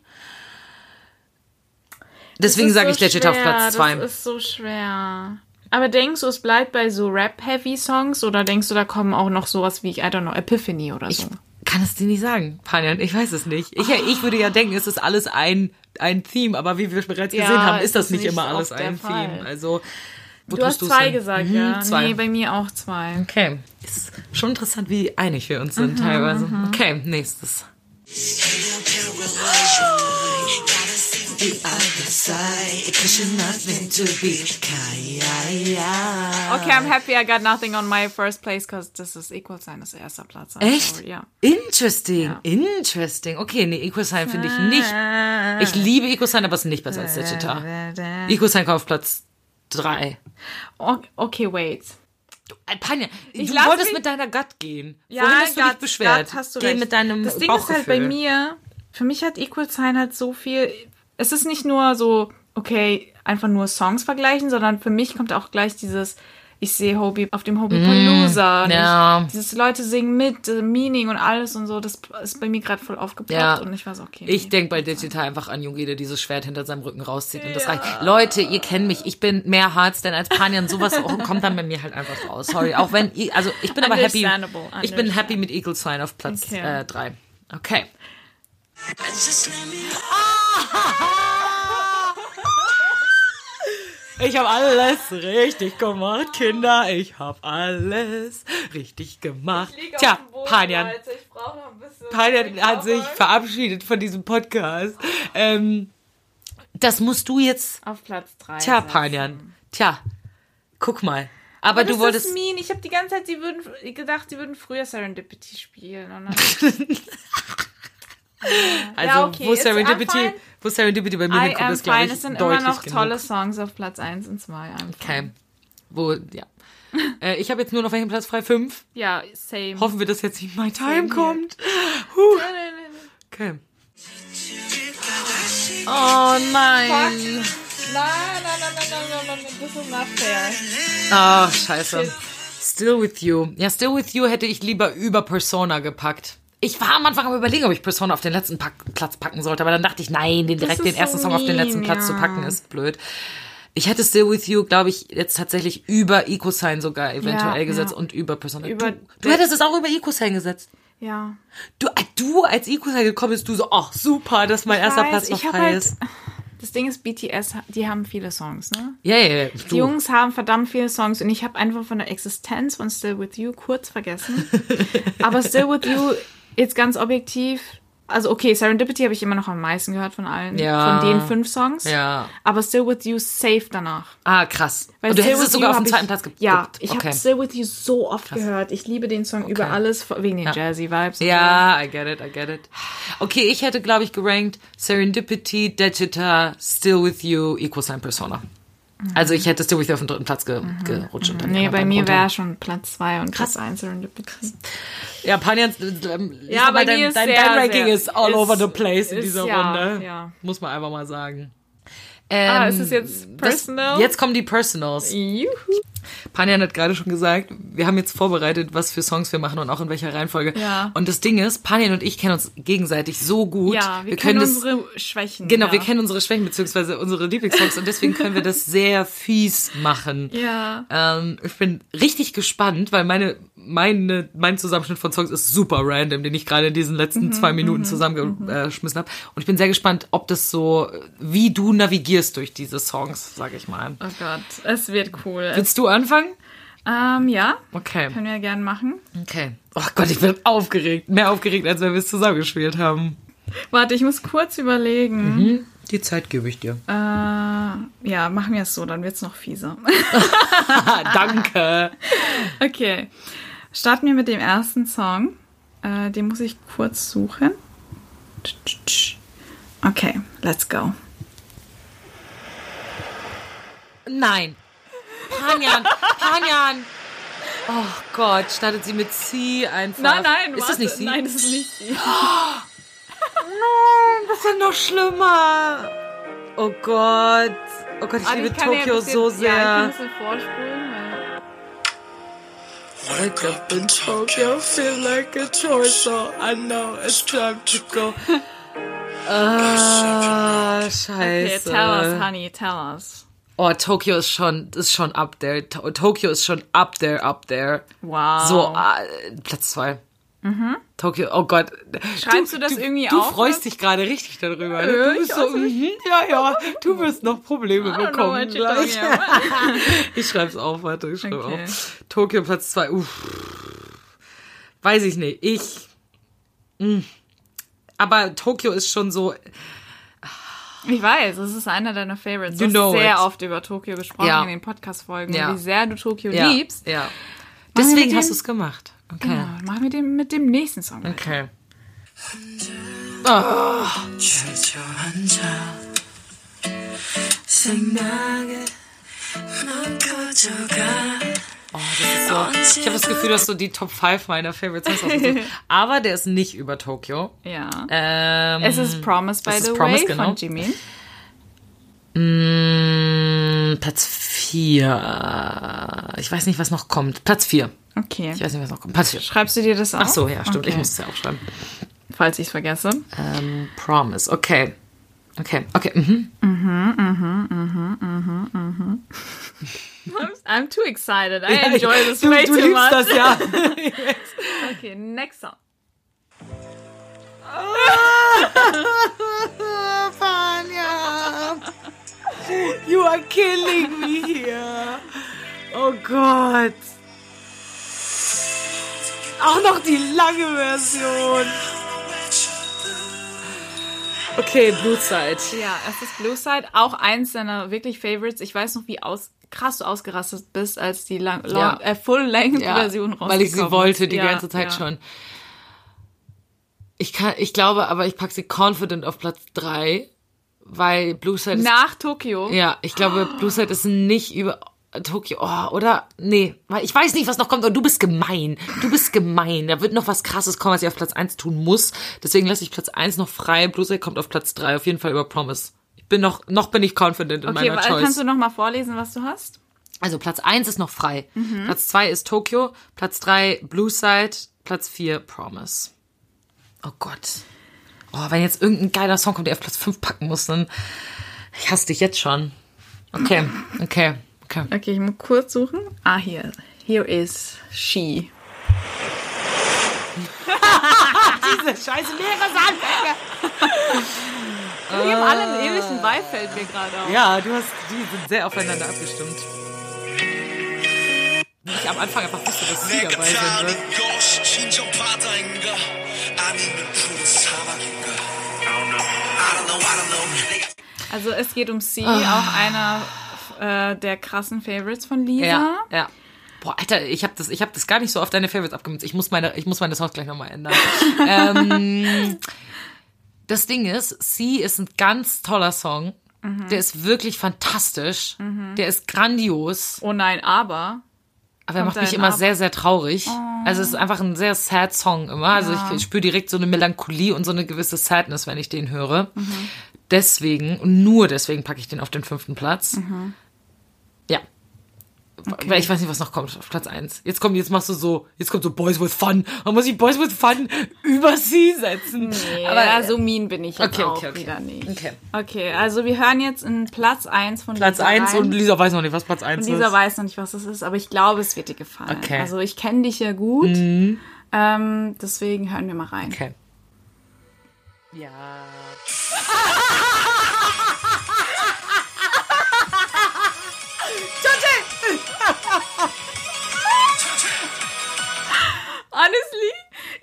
Deswegen Das ist sage ich so Digitar auf schwer, Platz zwei. Das ist so schwer. Aber denkst du, es bleibt bei so Rap-Heavy-Songs oder denkst du, da kommen auch noch sowas wie, I don't know, Epiphany oder so? kann es dir nicht sagen, Panjan. Ich weiß es nicht. Ich, ich würde ja denken, es ist alles ein, ein Theme, aber wie wir bereits Ja, gesehen haben, ist es das ist nicht nicht immer alles oft der ein Fall. Theme. Also, wo Du hast tust du's zwei hin? gesagt, Mhm, ja. Zwei. Nee, bei mir auch zwei. okay. Ist schon interessant, wie einig wir uns sind Mhm, teilweise. Okay, nächstes. Ah. Okay, I'm happy I got nothing on my first place, because this is equal sein, das ist erster Platz. I'm Echt? sorry, Ja. Interesting, interesting. Okay, nee, Ecosign finde ich nicht. Ah. Ich liebe Ecosign, aber es ist nicht besser als Äh, Digital. Ecosign kommt auf Platz drei. O- Okay, wait. Äh, Panja, du lass wolltest mich- mit deiner Gut gehen. Vorhin hast du dich Gott, beschwert. Gott, hast du Geh recht. mit deinem Das Ding ist Bauchgefühl. halt bei mir, für mich hat Equal Sign halt so viel. Es ist nicht nur so, okay, einfach nur Songs vergleichen, sondern für mich kommt auch gleich dieses, ich sehe Hobie auf dem Hobie Palooza. und Mm, ja. ich- Dieses Leute singen mit, äh, Meaning und alles und so, das ist bei mir gerade voll aufgeploppt Ja. und ich war so, okay. Ich nee. denke bei Digital einfach an Junge, der dieses Schwert hinter seinem Rücken rauszieht und das reicht. Leute, ihr kennt mich. Ich bin mehr Harz denn als Panjan. Sowas auch- kommt dann bei mir halt einfach raus. Sorry. Auch wenn, ihr- also ich bin aber happy. Understandable, Ich bin happy mit Eagle Sign auf Platz Okay. äh, drei. Okay. Ich habe alles richtig gemacht, Kinder. Ich habe alles richtig gemacht. Tja, Panjan. Panjan hat sich verabschiedet von diesem Podcast. Ähm, das musst du jetzt. auf Platz 3. Tja, Panjan. Tja, guck mal. Aber, das du wolltest. Ist mean. Ich habe die ganze Zeit sie würden, gedacht, sie würden früher Serendipity spielen. Und dann Also, Ja, okay, wo, it's- I'm Serendipity, fine. wo Serendipity bei mir I hinkommt, am ist, glaube fine. ich, Es sind immer deutlich noch genug. tolle Songs auf Platz 1 und 2. Okay. Wo, ja. äh, ich habe jetzt nur noch welchen Platz frei? Fünf. Ja, same. Hoffen wir, dass jetzt nicht My Time hier. kommt. Huh. Okay. Oh Nein, nein. nein, nein, nein, nein, nein, nein, das ist not fair. Ah, scheiße. Still With You. Ja, Still With You hätte ich lieber über Persona gepackt. Ich war am Anfang am überlegen, ob ich Persona auf den letzten Pack Platz packen sollte, aber dann dachte ich, nein, den direkt ist den so ersten Song auf den mean, letzten Platz zu ja. packen, ist blöd. Ich hätte Still With You, glaube ich, jetzt tatsächlich über Ecosign sogar eventuell Ja, gesetzt ja. und über Persona. Über- du, du hättest es auch über Ecosign gesetzt. Ja. Du, äh, du als Ecosign gekommen bist, du so, ach super, dass mein erster weiß, Platz noch ich hab frei halt- ist. Das Ding ist, BTS, die haben viele Songs, ne? Ja, ja, ja. Die Du. Jungs haben verdammt viele Songs und ich habe einfach von der Existenz von Still With You kurz vergessen. Aber Still With You, jetzt ganz objektiv, also okay, Serendipity habe ich immer noch am meisten gehört von allen, Ja. von den fünf Songs. Ja. Aber Still With You safe danach. Ah, krass. Weil und du Still hättest With es sogar You auf den hab zweiten ich, Platz gepackt. Ja, ich okay. habe Still With You so oft gehört. Ich liebe den Song über alles, wegen den Jazzy-Vibes. Ja, I get it, I get it. Okay, ich hätte, glaube ich, gerankt Serendipity, Digita, Still With You, Equal Sign Persona. Also ich hätte Still With You auf den dritten Platz ge gerutscht. und dann Mhm. Nee, immer bei beim mir Runter- wäre schon Platz 2 und Platz 1 Serendipity. Ja, Panjan, ähm, Ja, ja, bei aber dein, mir ist dein, sehr, dein Ranking sehr- ist all ist- over the place in ist- dieser ja, Runde. ja. Muss man einfach mal sagen. Ah, Ähm, ist es jetzt das- personal? jetzt kommen die Personals. Juhu. Panjan hat gerade schon gesagt, wir haben jetzt vorbereitet, was für Songs wir machen und auch in welcher Reihenfolge. Ja. Und das Ding ist, Panjan und ich kennen uns gegenseitig so gut. Ja, wir, kennen das- unsere Schwächen. Genau, ja. wir kennen unsere Schwächen beziehungsweise unsere Lieblingssongs und deswegen können wir das sehr fies machen. Ja. Ähm, ich bin richtig gespannt, weil meine, meine, mein Zusammenschnitt von Songs ist super random, den ich gerade in diesen Mhm, letzten zwei Minuten zusammengeschmissen habe. Und ich bin sehr gespannt, ob das so, wie du navigierst durch diese Songs, sag ich mal. Oh Gott, es wird cool. Willst du anfangen? Ähm, ja, Okay. können wir gerne machen. Okay. Oh Gott, ich bin aufgeregt. Mehr aufgeregt, als wenn wir es zusammengespielt haben. Warte, ich muss kurz überlegen. Mhm. Die Zeit gebe ich dir. Äh, ja, machen wir es so, dann wird's noch fieser. Ah, Danke. Okay, starten wir mit dem ersten Song. Äh, den muss ich kurz suchen. Okay, let's go. Nein. Panjan, Panjan. Oh Gott, startet sie mit C einfach. Ist das nicht sie? Nein, das ist nicht sie. Nein, das ist ja noch schlimmer. Oh Gott. Oh Gott, ich liebe Tokio so Ja, sehr. ich kann ein bisschen vorspulen, weil... Wake up in Tokyo, feel like a toy, so I know it's time to go. Ah, Okay, scheiße. tell us, honey, tell us. oh, Tokio ist schon, ist schon up there. To Tokio ist schon up there, up there. Wow. So, ah, Platz zwei. Tokio, oh Gott. Mhm. Schreibst du das irgendwie du auf, Du freust oder? dich gerade richtig darüber. ne? Äh, du ich bist so, weiß nicht. mhm, ja, ja, du wirst noch Probleme I don't know bekommen. what you're talking gleich. about. Ich schreib's auf, warte, ich schreibe Okay. auf. Tokio Platz 2. Uff. Weiß ich nicht. Ich. mm. Aber Tokio ist schon so. Ich weiß, es ist einer deiner Favorites. Du You hast know sehr it. oft über Tokio gesprochen Ja. in den Podcast-Folgen, Ja. wie sehr du Tokio Ja, liebst. ja. wir mit Deswegen hast dem- du es gemacht. Okay. Genau, machen wir den mit dem nächsten Song. weiter. Okay. So, ich habe das Gefühl, dass so die Top 5 meiner Favorites Songs sind. Aber der ist nicht über Tokio. Ja. Ähm, es ist Promise by es ist the Promise, Way genau. von Jimin. Mm, Platz 4. Ich weiß nicht, was noch kommt. Platz 4. Okay. Ich weiß nicht, was noch kommt. Platz 4. Schreibst du dir das auf? Ach so, ja, stimmt. Okay. Ich muss es ja auch schreiben. Falls ich es vergesse. Ähm, Promise. Okay. Okay, okay. Mhm. I'm too excited. I enjoy this du, way du too liebst much. das, ja. Okay, next song. Vanya, you are killing me here. Oh Gott. Auch noch die lange Version. Okay, Blue Side. Ja, es ist Blue Side, auch eins deiner wirklich Favorites. Ich weiß noch, wie aus, krass du ausgerastet bist, als die lang, Ja. long, äh, Full-Length-Version rausgekommen weil ich sie wollte die ist. Ja, ganze Zeit ja. schon. Ich, kann, ich glaube aber, ich packe sie confident auf Platz 3, weil Blue Side ist Nach Tokio. Ja, ich glaube, Ah. Blue Side ist nicht über Tokio, oh, oder? Nee, weil ich weiß nicht, was noch kommt. Und du bist gemein. Du bist gemein. Da wird noch was Krasses kommen, was ich auf Platz 1 tun muss. Deswegen lasse ich Platz 1 noch frei. Blue Side kommt auf Platz 3, auf jeden Fall über Promise. Ich bin noch, noch bin ich confident in Okay, meiner wa- kannst Choice. du noch mal vorlesen, was du hast? Also Platz 1 ist noch frei. Platz 2 ist Tokio, Platz 3 Blue Side, Platz 4 Promise. Oh Gott. Oh, wenn jetzt irgendein geiler Song kommt, der auf Platz 5 packen muss, dann ich hasse dich jetzt schon. Okay, okay, okay. Okay, ich muss kurz suchen. Ah, hier. Here is she. Scheiße, mehrere Sandbäcke. Wir haben alle einen ähnlichen Vibe, fällt mir gerade auf. Ja, du hast, die sind sehr aufeinander abgestimmt. Ich am Anfang einfach wusste, dass sie dabei sind. Ne? 것이 진정 바다인가 아니면 푸른 사막인가 I don't know, I don't know. 내가 Also es geht um sie, Ah. auch einer äh, der krassen Favorites von Lisa. Ja, ja. Boah, Alter, ich habe das, ich hab das gar nicht so auf deine Favorites abgemünzt. Ich muss meine, ich muss meine Songs gleich nochmal ändern. ähm, das Ding ist, Sie ist ein ganz toller Song. Der ist wirklich fantastisch. Der ist grandios. Oh nein, aber. Aber er Kommt macht mich dein immer Ab- sehr, sehr traurig. Oh. Also es ist einfach ein sehr sad Song immer. Also ich, ich spüre direkt so eine Melancholie und so eine gewisse Sadness, wenn ich den höre. Mhm. Deswegen, und nur deswegen packe ich den auf den fünften Platz. Mhm. Ja. Weil ich weiß nicht, was noch kommt auf Platz 1. Jetzt kommt, jetzt machst du so, jetzt kommt so Boys with Fun. Man muss ich Boys with Fun über sie setzen. Aber also mean bin ich jetzt Okay, auch okay, okay. wieder nicht. Okay. okay, also wir hören jetzt in Platz 1 von Platz Lisa 1 rein. und Lisa weiß noch nicht, was Platz 1 Und ist. Lisa weiß noch nicht, was das ist, aber ich glaube, es wird dir gefallen. Okay. Mhm. Also ich kenne dich ja gut. Ähm, deswegen hören wir mal rein. Okay. Ja. Honestly,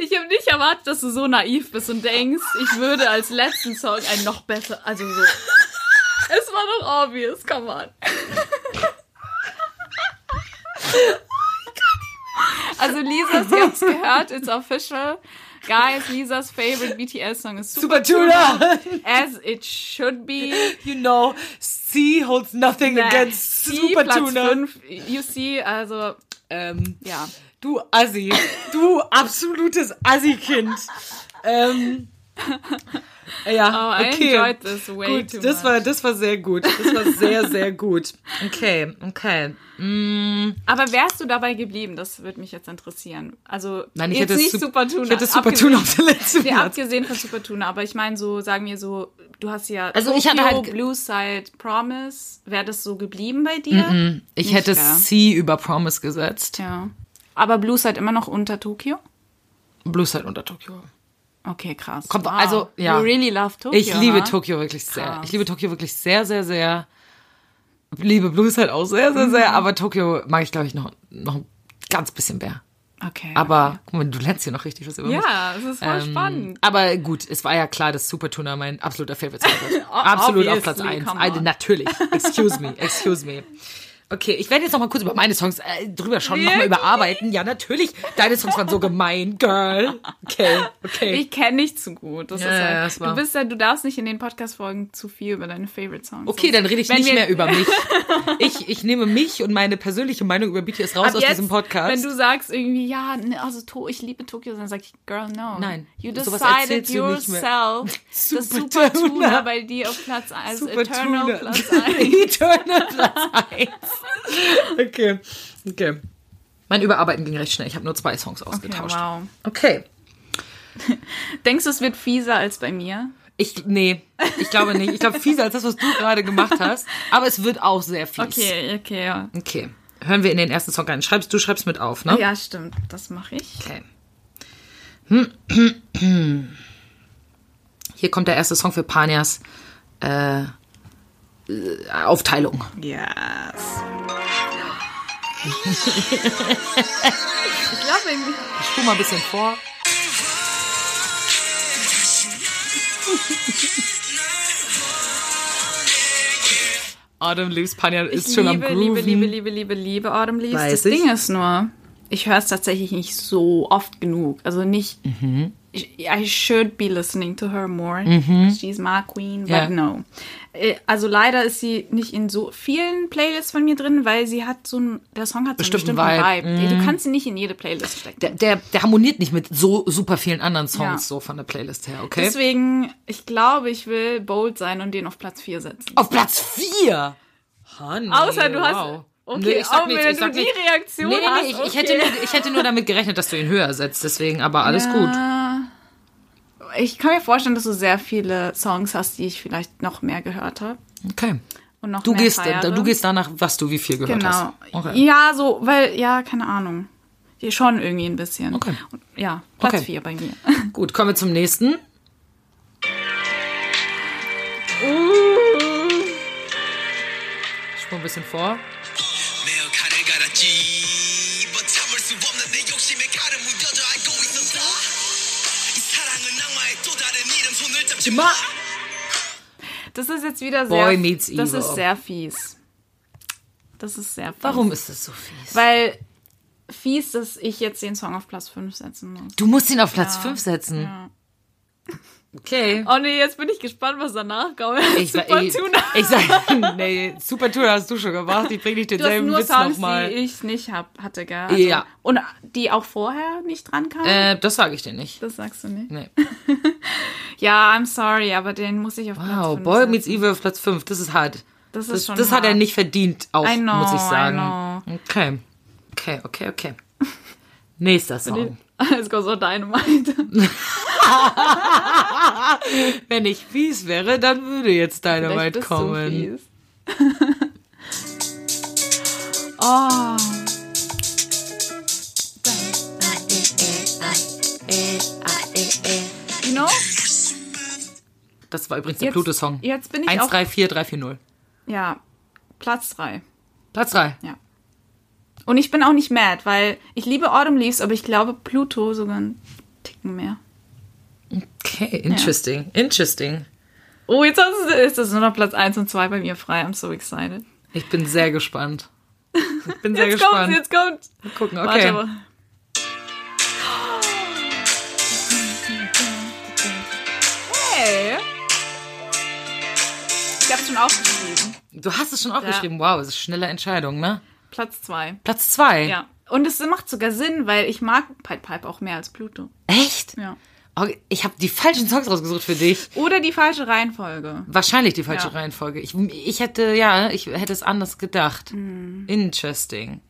ich habe nicht erwartet, dass du so naiv bist und denkst, ich würde als letzten Song ein noch besser. Also so. Es war doch obvious, come on. Also Lisas, ihr habt's gehört, it's official. Guys, Lisas favorite BTS-Song ist Super, Super Tuna! As It Should Be. You know, C holds nothing against Die Super Äh, Platz Tuna. fünf, You see, also, Ähm, ja. du Assi, du absolutes Assi-Kind. Ähm, ja, Oh, I okay. enjoyed this way gut, too das much. war, das war sehr gut. Das war sehr, sehr gut. Okay, okay. Aber wärst du dabei geblieben? Das würde mich jetzt interessieren. Also Nein, ich jetzt hätte nicht Sup- Super Tuna. Ich hätte Super abgesehen- Tuna auf der letzten Ja, Platz. abgesehen von Super Tuna, aber ich meine so, sagen wir so, du hast ja Also ich hatte halt ge- Blue Side Promise. Wäre das so geblieben bei dir? Ich Nicht, hätte ja. C über Promise gesetzt. Tja. Aber Blue Side immer noch unter Tokio? Blue Side unter Tokio. Okay, krass. Kommt- also, ja. You really love Tokyo. ich liebe huh? Tokio wirklich sehr. Krass. Ich liebe Tokio wirklich sehr, sehr, sehr. Liebe Blue Side auch sehr, sehr, sehr. Mhm. Aber Tokio mag ich, glaube ich, noch, noch ein ganz bisschen mehr. Okay. Aber guck mal, du lernst hier noch richtig was über mich. Ähm, Ja, es ist voll spannend. Aber gut, es war ja klar, dass Supertuner mein absoluter Favorite Song wird. Absolut auf Platz Obviously, 1. come Also, on. natürlich. Excuse me, excuse me. Okay, ich werde jetzt noch mal kurz über meine Songs äh, drüber schauen, nochmal Wirklich? überarbeiten. Ja, natürlich. Deine Songs waren so gemein, Girl. Okay, okay. Ich kenne dich zu gut. Das Ja, ist ja, ja, halt, ist wahr. du bist ja, du darfst nicht in den Podcast-Folgen zu viel über deine Favorite Songs. Okay, Sonst- dann rede ich wenn nicht wir- mehr über mich. Ich, ich nehme mich und meine persönliche Meinung über BTS raus Ab aus jetzt, diesem Podcast. Wenn du sagst irgendwie, ja, ne, also to, ich liebe Tokio, dann sag ich, girl, no. Nein, You sowas decided erzählst du nicht mehr. yourself, dass Supertuna. Supertuna bei dir auf Platz 1, Eternal Tuna. Platz 1. Eternal Platz 1. Okay, okay. Mein Überarbeiten ging recht schnell. Ich habe nur zwei Songs ausgetauscht. wow. Okay. Denkst du, es wird fieser als bei mir? Ich, nee, ich glaube nicht. Ich glaube, fieser als das, was du gerade gemacht hast. Aber es wird auch sehr fies. Okay, okay, ja. Okay. Hören wir in den ersten Song rein. Schreibst, du schreibst mit auf, ne? Ja, stimmt, das mache ich. Okay. Hier kommt der erste Song für Panias äh, äh, Aufteilung. Yes. ich glaube irgendwie. Ich spule mal ein bisschen vor. Autumn Leaves Pania ist schon liebe, am Grooven. liebe, liebe, liebe, liebe, liebe Autumn Leaves. Weiß das ich. Ding ist nur, ich höre es tatsächlich nicht so oft genug. Also nicht, Mhm. ich- I should be listening to her more. She's my queen, but Ja. no. Äh, Also leider ist sie nicht in so vielen Playlists von mir drin, weil sie hat so ein, der Song hat so Bestimmten einen bestimmten Vibe. Mhm. Vibe. Ey, Du kannst sie nicht in jede Playlist stecken. Der, der, der harmoniert nicht mit so super vielen anderen Songs Ja. so von der Playlist her, okay? Deswegen, ich glaube, ich will bold sein und den auf Platz 4 setzen. Auf Platz 4! Außer du hast- okay, auch wenn du die Reaktion nee, nee, hast, nee, ich, ich, hätte okay. nur, ich hätte nur damit gerechnet, dass du ihn höher setzt, deswegen aber alles gut. Ich kann mir vorstellen, dass du sehr viele Songs hast, die ich vielleicht noch mehr gehört habe. Okay. Und noch Du mehr gehst, feiere. du gehst danach, was du wie viel gehört Genau. hast. Okay. Ja, so, weil, ja, keine Ahnung. Ja, Schon irgendwie ein bisschen. Okay. Und, ja, Platz Okay. 4 bei mir. Gut, kommen wir zum nächsten. Ich spule ein bisschen vor. 매어 간을 갈았지 but 참을 수 없는 내 욕심에 칼을 무뎌져 알고 있었어 이 사랑은 악마의 또 다른 이름 손을 잡지 마 Das ist jetzt wieder sehr. Boy meets das evil. ist sehr fies. Das ist sehr fies. Warum ist das so fies? Weil fies, dass ich jetzt den Song auf Platz 5 setzen muss. Du musst ihn auf Platz 5 setzen. ja. Okay. Oh nee, jetzt bin ich gespannt, was danach kommt. Ich, sa- ich, ich sag, nee, Super Tuna hast du schon gemacht. Ich bring dich Du hast denselben nur Witz Songs, die nochmal. ich nicht hab, hatte, gell? Also, Ja. Und die auch vorher nicht dran kamen? Äh, das sage ich dir nicht. Das sagst du nicht. Nee. Ja, I'm sorry, aber den muss ich auf Platz Wow, fünf Boy setzen. Meets Evil auf Platz 5, das ist hart. Das ist das, schon das hat er hart. nicht verdient, auch, I know, muss ich I sagen. Okay. Okay, okay, okay. Nächster Song. Es kommt so Dynamite. Wenn ich fies wäre, dann würde jetzt Vielleicht Dynamite bist du kommen. fies. oh. You know? Das war übrigens der Jetzt- Pluto-Song. jetzt bin ich auch- 134340. Ja, Platz 3. Platz 3. Ja. Und ich bin auch nicht mad, weil ich liebe Autumn Leaves, aber ich glaube Pluto sogar einen Ticken mehr. Okay, interesting, interesting. Oh, jetzt hast du- ist das nur noch Platz 1 und 2 bei mir frei. I'm so excited. Ich bin sehr gespannt. Ich bin sehr jetzt gespannt. kommt's, jetzt kommt. Gucken, Warte okay. mal. Hey. Ich hab's schon aufgeschrieben. Du hast es schon aufgeschrieben. Wow, es ist schnelle Entscheidung, ne? Platz 2. Platz 2. Ja. Und es macht sogar Sinn, weil ich mag Pied Pipe auch mehr als Pluto. Echt? Ja. Okay, Ich habe die falschen Songs rausgesucht für dich. Oder die falsche Reihenfolge. Wahrscheinlich die falsche Ja. Reihenfolge. Ich, ich hätte, ja, ich hätte es Hm. anders gedacht. Interesting.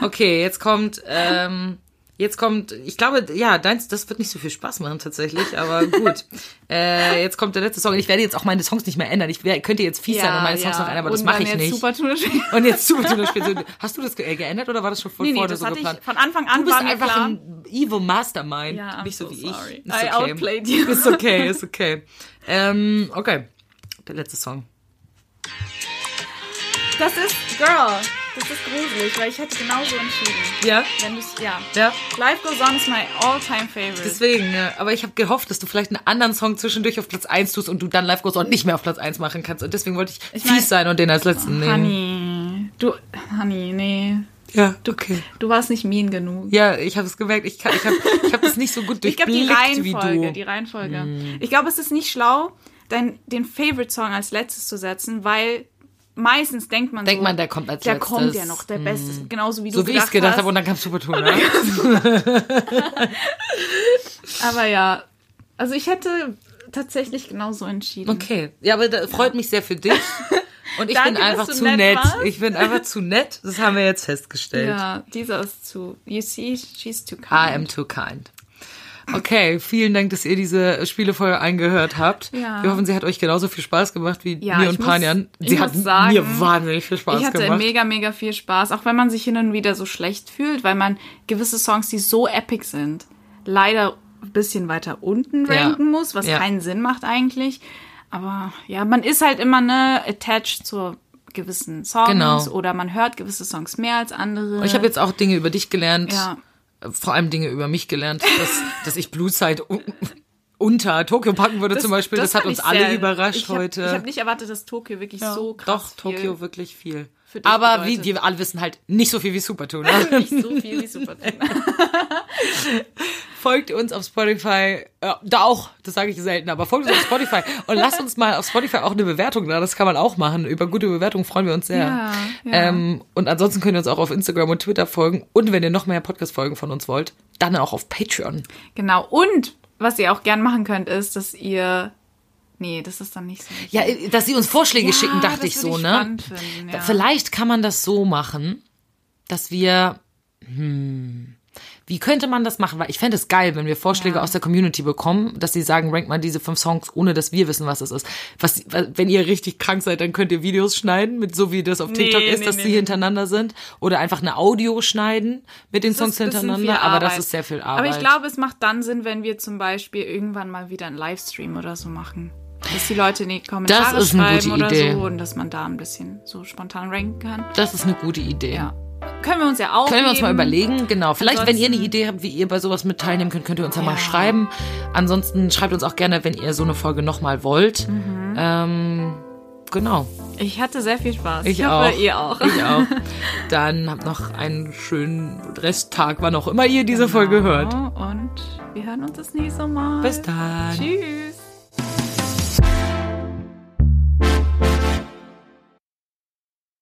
Okay, jetzt kommt ähm, Jetzt kommt, ich glaube, ja, deins, das wird nicht so viel Spaß machen tatsächlich, aber gut. äh, jetzt kommt der letzte Song. Ich werde jetzt auch meine Songs nicht mehr ändern. Ich wär, könnte jetzt fies sein und meine Songs noch ändern, aber das Und mache dann ich jetzt nicht. Super Und jetzt super zum Beispiel. So, hast du das ge äh, geändert oder war das schon von Nee, nee, vorne das so hatte geplant? ich von Anfang an Du bist war mir einfach klar. ein evil Mastermind. Ja, I'm nicht so, so wie sorry. ich. Ist I okay. outplayed you. Ist okay, ist okay. Ähm, okay. Der letzte Song. Das ist, girl, das ist gruselig, weil ich hätte genauso entschieden. Ja, Wenn du's, ja. ja. Life Goes On ist my all-time favorite. Deswegen, ja. aber ich habe gehofft, dass du vielleicht einen anderen Song zwischendurch auf Platz 1 tust und du dann Live Goes On nicht mehr auf Platz 1 machen kannst. Und deswegen wollte ich, Ich mein- oh, fies sein und den als letzten nehmen. Honey, du, Honey, nee. Ja, okay. Du warst nicht mean genug. Ja, ich habe es gemerkt. Ich, kann- ich habe ich hab das nicht so gut ich glaube, die durchblickt wie Reihenfolge, du. Hm. die Reihenfolge. Ich glaube, es ist nicht schlau, dein, den Favorite-Song als letztes zu setzen, weil meistens denkt man Denkt so, man, der kommt als der letztes. Hm. kommt ja noch, der Beste. ist. Genauso wie du so wie ich es gedacht hast. habe und dann kam ne? Supertour. Ja? Aber ja, also ich hätte tatsächlich genauso entschieden. Okay, ja, aber das freut mich sehr für dich. Und ich Danke, bin dass einfach du zu nett nett. warst. Ich bin einfach zu nett. Das haben wir jetzt festgestellt. Ja, dieser ist zu. You see, she's too kind. I am too kind. Okay, vielen Dank, dass ihr diese Spielefolge angehört habt. Ja. Wir hoffen, sie hat euch genauso viel Spaß gemacht wie Ja, mir ich und muss- Panjan. ich Sie hat muss sagen, mir wahnsinnig viel Spaß ich hatte gemacht. mega, mega viel Spaß, auch wenn man sich hin und wieder so schlecht fühlt, weil man gewisse Songs, die so epic sind, leider ein bisschen weiter unten Ja. ranken muss, was Ja. keinen Sinn macht eigentlich. Aber ja, man ist halt immer ne attached zu gewissen Songs Genau. oder man hört gewisse Songs mehr als andere. Und ich habe jetzt auch Dinge über dich gelernt. Ja. äh, Vor allem Dinge über mich gelernt, dass, dass ich Blue Side un- unter Tokio packen würde zum Beispiel. Das, hat fand uns ich alle sehr- überrascht ich hab, heute. Ich habe nicht erwartet, dass Tokio wirklich so krass Doch, Tokio viel, wirklich viel. für dich Aber wie bedeutet. wir alle wissen, halt nicht so viel wie Supertuna. nicht so viel wie Super. folgt uns auf Spotify. Äh, da auch, das sage ich selten, aber folgt uns auf Spotify. Und lasst uns mal auf Spotify auch eine Bewertung da. Das kann man auch machen. Über gute Bewertungen freuen wir uns sehr. Ja, ja. Ähm, und ansonsten könnt ihr uns auch auf Instagram und Twitter folgen. Und wenn ihr noch mehr Podcast-Folgen von uns wollt, dann auch auf Patreon. Genau. Und was ihr auch gern machen könnt, ist, dass ihr. Nee, das ist dann nicht so. Ja, äh, dass sie uns Vorschläge Ja, schicken, dachte das ich würde so, ich ne? spannend finden, ja. Vielleicht kann man das so machen, dass wir. Hm, wie könnte man das machen? Weil ich fände es geil, wenn wir Vorschläge aus der Community bekommen, dass sie sagen, rank mal diese fünf Songs, ohne dass wir wissen, was es ist. Was, wenn ihr richtig krank seid, dann könnt ihr Videos schneiden, mit so wie das auf TikTok ist, nee, dass nee, die nee. hintereinander sind. Oder einfach eine Audio schneiden mit den Das ist Songs ein bisschen viel hintereinander. Aber das Arbeit. ist sehr viel Arbeit. Aber ich glaube, es macht dann Sinn, wenn wir zum Beispiel irgendwann mal wieder einen Livestream oder so machen. Dass die Leute in die Kommentare Das ist eine schreiben gute oder Idee. so und dass man da ein bisschen so spontan ranken kann. das ist eine gute Idee. Ja. Können wir uns ja auch. Können wir uns mal geben. überlegen, genau. Vielleicht, wenn ihr eine Ansonsten- Idee habt, wie ihr bei sowas mit teilnehmen könnt, könnt ihr uns ja, mal Ja. schreiben. Ansonsten schreibt uns auch gerne, wenn ihr so eine Folge nochmal wollt. Mhm. Ähm, genau, Ich hatte sehr viel Spaß. Ich hoffe, auch. ihr auch. ich auch. Dann habt noch einen schönen Genau. Oh, Resttag, wann auch immer ihr diese Folge hört. Und wir hören uns das nächste Mal. Bis dann. Tschüss.